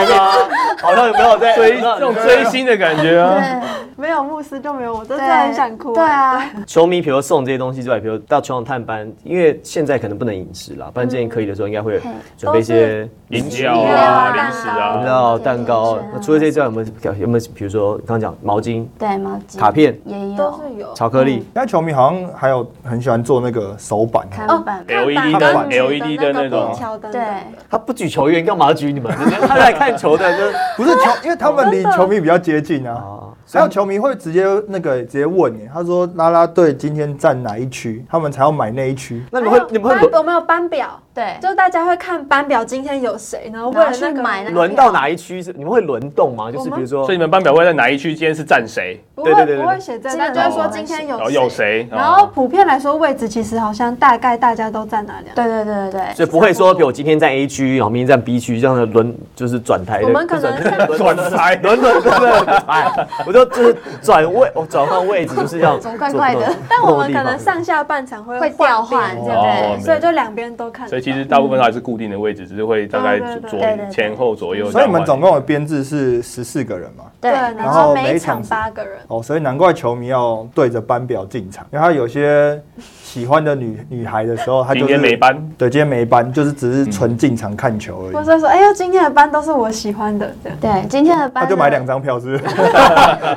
C: 觉，好像有没有在
E: 追这种追星的感觉啊。
B: 对
A: 没有牧师就没有我，真
B: 对，
A: 的很想哭、
B: 对，啊，
C: 球迷，比如送这些东西之外，比如到球场探班，因为现在可能不能饮食啦，不然之前可以的时候应该会准备一些
E: 饮料
A: 饮料啊
E: 啊、零食
C: 饮
E: 啊，
C: 料、蛋糕
B: 对。
C: 那除了这些之外，有没有有没有比如说刚刚讲毛巾、
B: 对毛巾、
C: 卡片
B: 也
A: 都
B: 有
A: 是有
C: 巧克力？
D: 现在球迷好像还有很喜欢做那个手板，
B: 看板。
E: LED
A: 看
E: 灯
A: 板跟
E: LED 灯 E 那种
A: 壁敲灯，
B: 对，
C: 他不举球员，干嘛举你们？他在看球的，就是
D: 不是球，因为他
B: 哦
D: 们离球迷比较接近
E: 哦
D: 啊。
C: 啊，
D: 还有球迷会直接那个直接问你，他说啦啦队今天站哪一区，他们才要买那一区。
C: 那你
A: 然
C: 们
A: 后
C: 会你们会
A: 班
C: 轮
A: 有没有班表？
B: 对，
A: 就大家会看班表，今天有谁，然后为了那
B: 然后
A: 个
B: 去买那个
C: 轮到哪一区？是你们会轮动吗？就是比如说
E: 所以你们班表会在哪一区？今天是站谁？
A: 不会
C: 对对对对
A: 不会写这，
B: 基
A: 那
B: 本
A: 就
B: 上
A: 会说今天
E: 然后
A: 有
E: 有。谁？哦
A: 然后普遍来说，位置其实好像大概大家都在哪里啊？
B: 对对对对对，
C: 所以不会说，比如我今天在 A 区，然后明天站 B B 区，这样的轮就是转台的，
A: 我们可
C: 不是
A: 能像
C: 转
E: 转台
C: 轮轮轮轮，哎，我就就是转位，我转换位置就是要
B: 怎么怪怪的
C: 做不同
A: 但我们
C: 不同地
A: 可
C: 方
A: 能上下半场会
B: 会调
A: 换
B: 换，对
A: 边，
B: 不
E: 哦
B: 对？
A: 所以就两边都看得到。
E: 所以其实大部分都还是固定的位置，只是会大概
A: 对对对
E: 左
B: 哦对对对
E: 前后左右这
D: 所
E: 样玩。
D: 以你们总共的编制是十四个人嘛？
A: 对，
B: 对，
A: 然
D: 后
A: 后每
D: 每
A: 一
D: 场
A: 场八个人。
D: 哦，所以难怪球迷要对着班表进场，因为他有些喜欢的女女孩的时候，他就
E: 今
D: 是
E: 天没班，
D: 对，今天没班，就是只是纯进场看球而
A: 或
D: 已。
A: 者说，哎呦，今天的班都是我喜欢的，这样。
B: 对，今天的班
D: 他
B: 呢
D: 就买两张票，是不是？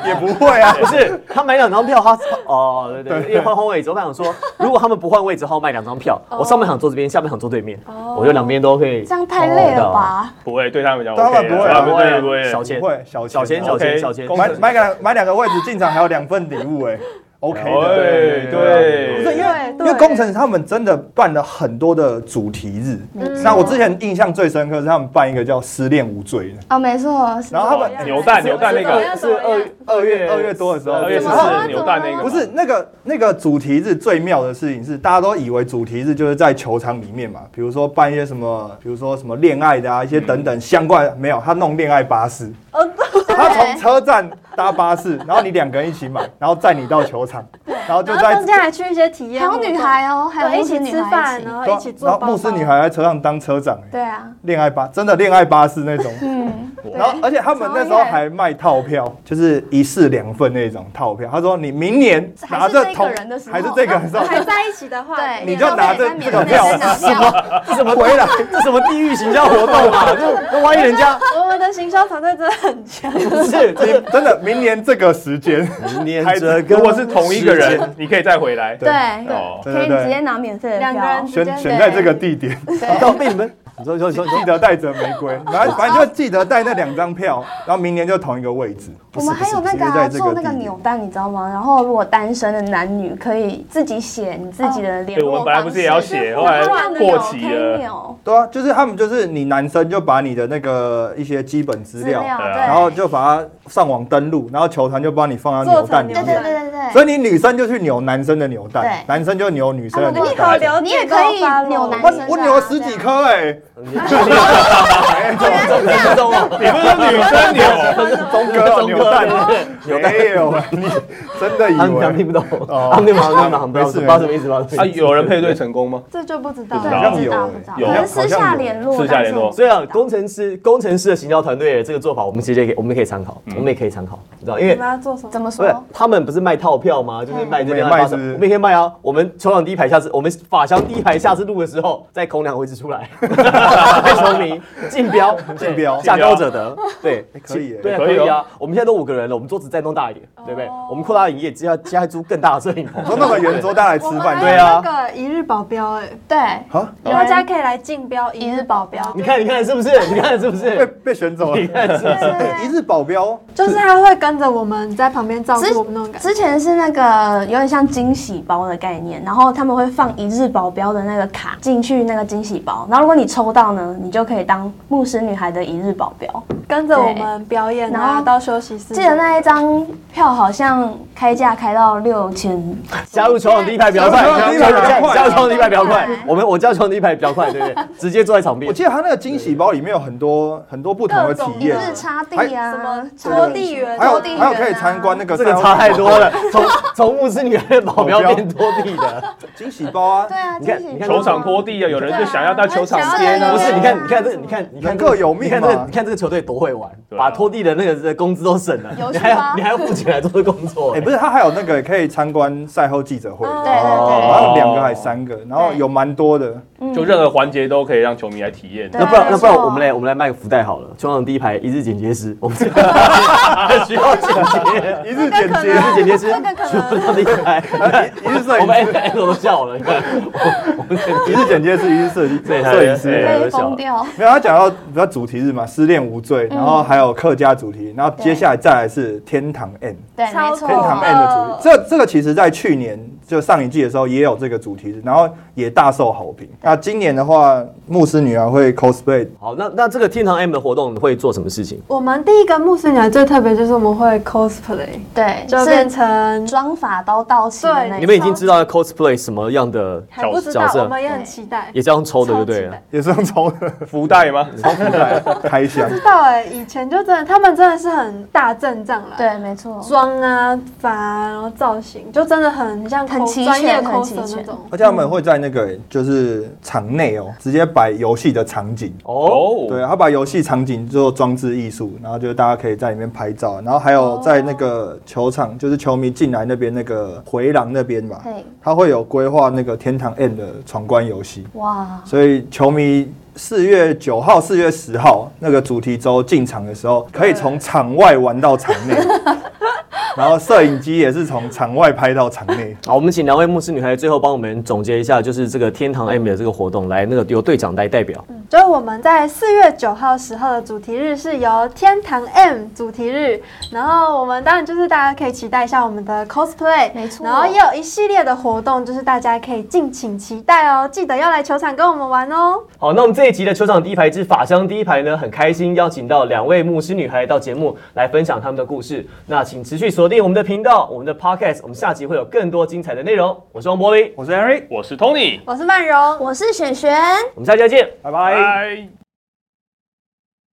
D: 也不会啊。
C: 不是，他买两张票，他哦，对对，因为换换位置。我本来想说，如果他们不换位置，他要卖两张票，我上半场坐这边，下半场坐对面，我就两边都可以。
B: 这样太累了吧？
E: 不会对他们讲
D: 当然
E: OK 啊，
D: 不会啊
E: 不
C: 不会啊
E: 不会，
C: 小
D: 不 <laughs> 会，小
C: 小钱，
D: 啊
C: 小钱，
E: OK
C: 小钱，
E: 公
D: 买买两买两个位置进场，还有两份礼物，哎，OK 的。
E: 对
D: 对啊
E: 对，
D: 不是因为
A: 对
D: 因
A: 对
D: 为工程师他们真的办了很多的主题日。那我之前印象最深刻是他们办一个叫“失恋无罪”的，
B: 哦，没错，是
D: 然后他们
E: 牛蛋牛蛋那个
A: 是二
C: 二月
D: 二月多的时候，
E: 二月十
B: 怎么了
E: 四扭蛋那个
D: 不是那个那个主题日最妙的事情是，大家都以为主题日就是在球场里面嘛，比如说办一些什么，比如说什么恋爱的啊，一些等等相关的，没有，他弄恋爱巴士，
A: 哦，
D: 他从车站搭巴士，然后你两个人一起买，然后载你到球场，然后就
A: 然后
D: 在
A: 中。间还去一些体验
B: 还
A: 活
B: 有
A: 动，
B: 女孩哦，还有
A: 对，一
B: 牧师
A: 起
B: 女
A: 吃
B: 孩
A: 饭，
B: 一起
A: 然，
D: 对
A: 后
D: 啊
A: 一起做
D: 然
A: 包
D: 后
A: 包。
D: 牧师女孩在车上当车长、欸
B: 对啊，
D: 恋爱巴真的恋爱巴士那种，
B: 嗯，
D: 然后而且他们那时候还卖套票，就是一式两份那种套票。他说你明年拿着同
B: 还是这个人的时候
D: 还是这个人的时候，
A: 还在一起的话，
B: 对，
D: 你就拿着这个票
B: 什么？
C: 这什么回
E: <laughs>
C: 来？这什么地狱行销活动啊？就那万一人家
A: 我们的行销团队真的很强。
C: 不是，这
D: 你真的明年这个时间，
C: 明年
D: 还
C: 这
E: 如果是同一个人，你可以再回来。
D: 对
B: 对，
E: 哦，
D: 对
B: 可以
D: 对对
B: 直接拿免费的
A: 两个
B: 票
A: 人，
D: 选
A: 对
D: 选在这个地点，
B: 对
C: 到被你们，你说说
D: 记
C: 说
D: 记得带着玫瑰，反正反正就记得带那两张票，然后明年就同一个位置。
B: 我们还有那个
D: 不是
B: 啊
D: 不是
B: 做那个
D: 地点
B: 扭蛋，你知道吗？然后如果单身的男女可以自己写你自己的联
E: 对，
B: 络方式。
E: 我们本来不是也要写，后来过期了。
B: 了，
D: 对啊，就是他们就是你男生就把你的那个一些基本资
B: 资
D: 料
B: 料，，
E: 对啊
B: 对，
D: 然后就把它上网登录，然后球团就帮你放到扭蛋里
A: 做
B: 对
A: 成扭
B: 对
D: 面。
A: 蛋
B: 对对对。
D: 所以你女生就去扭男生的扭蛋，
B: 对
D: 男生就扭女生的
B: 啊
D: 扭
A: 你
B: 你
A: 好
D: 蛋。
A: 了解，
B: 你也可以扭男
D: 我
B: 生啊
D: 我扭了十几颗哎，
C: 这种啊，
E: 你不是女生扭，
D: 东哥哦扭蛋，没有啊，你真的以
C: 他们他们
D: 为
C: 听不懂，
E: 哦
C: 他们听不懂，他们不懂，不知道什么意思，不知道什么
E: 啊，
C: 意思。
E: 有人配对成功吗？
A: 这就不知道
E: 不知道
A: 了。
B: 不知道不知道，
E: 有
B: 可能私下联络，
E: 私下联络
B: 但是
C: 所以啊，工程师工程师的行销团队这个做法，我们直接可以我们可以参考，
E: 嗯
C: 我们也可以参考，你知道，因
A: 你
C: 为
A: 们要做什么？
B: 怎么
C: 不是
B: 说？
C: 他们不是卖套票吗？就是卖这边
D: 我们也卖
C: 发
D: 是不是
C: 我们也可以卖啊。我们球场第一排下次，我们法香第一排下次录的时候，再空两位置出
D: <laughs>
C: 来，被球迷竞标，
D: 竞标哎
C: 价高者得，对，
D: 可以耶
C: 对啊，
E: 可
C: 可
E: 以哦
C: 以啊。我们现在都五个人了，我们桌子再弄大一点，对不对？我们扩大营业，接下接下来租更大的摄影棚，
D: 我说那么圆桌大家来吃饭，
A: 还
C: 对
A: 有
C: 啊
A: 那个一日保镖，哎，
B: 对，
D: 啊，
A: 大家可以来竞标一日保镖，
C: 你看，你看是不是？你看是不
D: 被
C: 是？
D: 被选走了
C: 你。看是不是？
D: 哎一日保镖
A: 就是他会跟着我们在旁边照顾我们那种感觉。
B: 之前是那个有点像惊喜包的概念，然后他们会放一日保镖的那个卡进去那个惊喜包，然后如果你抽到呢，你就可以当牧师女孩的一日保镖。
A: 跟着我们表演啊，
B: 对
A: 然
B: 然
A: 后
B: 后
A: 到休息室。
B: 记得那一张票好像开价开到六千，
C: 加入球场第一排比较快，
D: 加入球场第一排比较快
C: 加入球场第一排比较快
B: 加入球场第一排。
C: 我们我加入球场第一排比较快，对不对？直接坐在场边
D: 我。记得他那个惊喜包里面有很多很多不同的体
B: 一
D: 验，
B: 日插地
A: 什
B: 啊
A: 么，拖地员，
D: 还有
B: 落地
D: 还有
B: 人
D: 可以
B: 啊
D: 参观那个
C: 这个
D: 赛后
C: 差太多了，从从牧师女孩的保镖变拖地的，
D: 惊喜包啊
B: 对，啊，
C: 你
B: 惊
C: 看
B: 喜
C: 你看
E: 球场拖地啊，有人就想要到球场边
B: 对
E: 啊
C: 不。是？你看，你看这个，你看，你看
D: 人
C: 这个
D: 各有命
C: 你看这个
D: 嘛，
C: 你看这个球队多会玩，
E: 对啊
C: 把拖地的那个工资都省了，
B: 有趣
C: 你还
B: 吧
C: 要你还要付钱来做这工作
D: 哎，，不是，他还有那个可以参观赛后记者会，
A: 嗯
B: 对对
D: 然
E: 哦
D: 后两个还三个，然后有蛮多的，
B: 对，
E: 就任何环节都可以让球迷来体验。 <laughs>
B: 对
C: 那不然
B: 没
C: 那
B: 错
C: 不然我们来我们来卖个福袋好了，球场第一排一日剪接师，我们这个需要剪接，
D: 一日剪接，
C: 一日剪接师，
A: 这个可
C: 球
A: 能
C: 场第一排，
D: 一日摄
C: 我
D: 影
C: 们
D: 师，
C: L L 都笑了，你看，我我们这个
D: 一日剪接是一日摄影
C: 对
D: 摄影
E: 对
D: 师。
E: 对
B: 被封掉，
D: 没有，他讲到比较主题日嘛，失恋无罪，然
B: 嗯
D: 后还有客家主题，然后接下来再来是天堂 N。
B: 对，没
A: 超
B: 错，
D: 天堂
A: 棒
D: N 的主题，这这个其实在去年就上一季的时候也有这个主题日，然后也大受好评。
B: 对
D: 那今年的话，牧师女儿会 cosplay
C: 好，那那这个天堂 M 的活动会做什么事情？
A: 我们第一个牧师女孩最特别就是我们会 cosplay，
B: 对，
A: 就变成
B: 妆法都到齐的那
A: 对
C: 你
B: 一种。
C: 们已经知道要 cosplay 什么样的
A: 还不知
C: 角
A: 道，
C: 色
A: 我们也很期待，
C: 也这样抽
A: 超
C: 的，对不
A: 期
C: 对
A: 待？
D: 也是用抽的
E: 福袋吗？
D: 开箱
A: 不。知道哎、以前就真的他们真的是很大阵仗了，，
B: 对，没错，
A: 妆啊、发啊，然后造型就真的很像
B: 很
A: cos-
B: 齐全
A: 专业
B: 很
A: cos
B: 齐
A: 的那
B: 全
A: 种。
D: 而且他们会在那个就是场内哦，直接摆游戏的场景。
C: 哦，
D: 对，他啊把游戏场景做装置艺术，然后就是大家可以在里面拍照，然后还有在那个球场，就是球迷进来那边那个回廊那边吧
B: 嘿，
D: 他会有规划那个天堂 M 的闯关游戏，
B: 哇，
D: 所以球迷。四月九号、四月十号那个主题周进场的时候，可以从场外玩到场内，然后摄影机也是从场外拍到场内。
C: 好，我们请两位牧师女孩最后帮我们总结一下，就是这个天堂 M 的这个活动，来那个由队长来代表。
A: 就是我们在四月九号时候的主题日是由天堂 M 主题日，然后我们当然就是大家可以期待一下我们的 cosplay，
B: 没错
A: 然后也有一系列的活动，就是大家可以敬请期待哦，记得要来球场跟我们玩哦。
C: 好，那我们这一集的球场第一排之法商第一排呢，很开心邀请到两位牧师女孩到节目来分享他们的故事。那请持续锁定我们的频道，我们的 podcast，我们下集会有更多精彩的内容。我是王柏林，
E: 我是 Henry，我是 Tony，
A: 我是曼荣，
B: 我是璇璇。
C: 我们下期再见。
E: 拜拜。